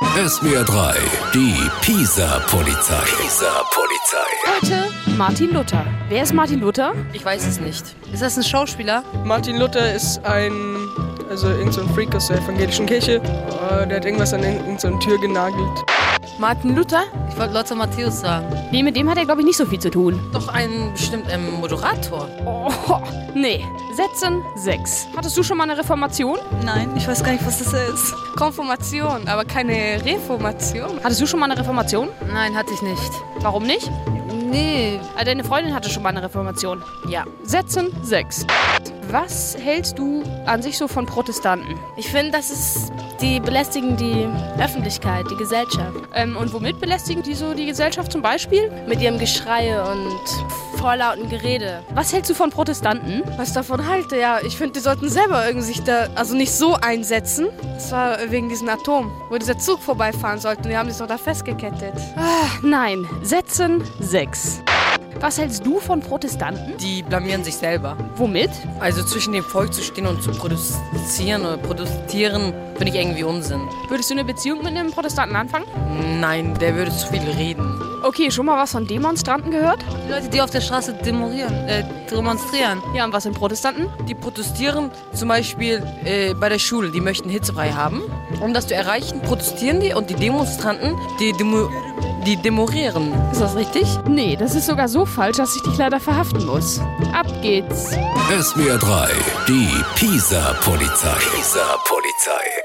SWR 3, die Pisa-Polizei. Pisa-Polizei. Heute Martin Luther. Wer ist Martin Luther? Ich weiß es nicht. Ist das ein Schauspieler? Martin Luther ist ein, also irgendein so ein Freak aus der evangelischen Kirche. Äh, Der hat irgendwas an irgendeine so eine Tür genagelt. Martin Luther? Ich wollte Lothar Matthäus sagen. Nee, mit dem hat er, glaube ich, nicht so viel zu tun. Doch ein bestimmt ein Moderator. Oh, nee. Sätzen 6. Hattest du schon mal eine Reformation? Nein, ich weiß gar nicht, was das ist. Konfirmation, aber keine Reformation. Hattest du schon mal eine Reformation? Nein, hatte ich nicht. Warum nicht? Nee. Äh, Deine Freundin hatte schon mal eine Reformation. Ja. Sätzen 6. Was hältst du an sich so von Protestanten? Ich finde, das ist, die belästigen die Öffentlichkeit, die Gesellschaft. Ähm, und womit belästigen die so die Gesellschaft zum Beispiel? Mit ihrem Geschrei und vorlauten Gerede. Was hältst du von Protestanten? Was ich davon halte, ja. Ich finde, die sollten selber irgendwie sich da, also nicht so einsetzen. Das war wegen diesem Atom, wo dieser Zug vorbeifahren sollte. und Die haben sich doch da festgekettet. Nein. Sätzen 6. Was hältst du von Protestanten? Die blamieren sich selber. Womit? Also zwischen dem Volk zu stehen und zu produzieren oder protestieren, finde ich irgendwie Unsinn. Würdest du eine Beziehung mit einem Protestanten anfangen? Nein, der würde zu viel reden. Okay, schon mal was von Demonstranten gehört? Die Leute, die auf der Straße demorieren, äh, demonstrieren. Ja, und was sind Protestanten? Die protestieren zum Beispiel äh, bei der Schule, die möchten hitzefrei haben. Um das zu erreichen, protestieren die und die Demonstranten, die, demo die demorieren. Ist das richtig? Nee, das ist sogar so falsch, dass ich dich leider verhaften muss. Ab geht's. SWR 3, die Pisa-Polizei. Pisa-Polizei.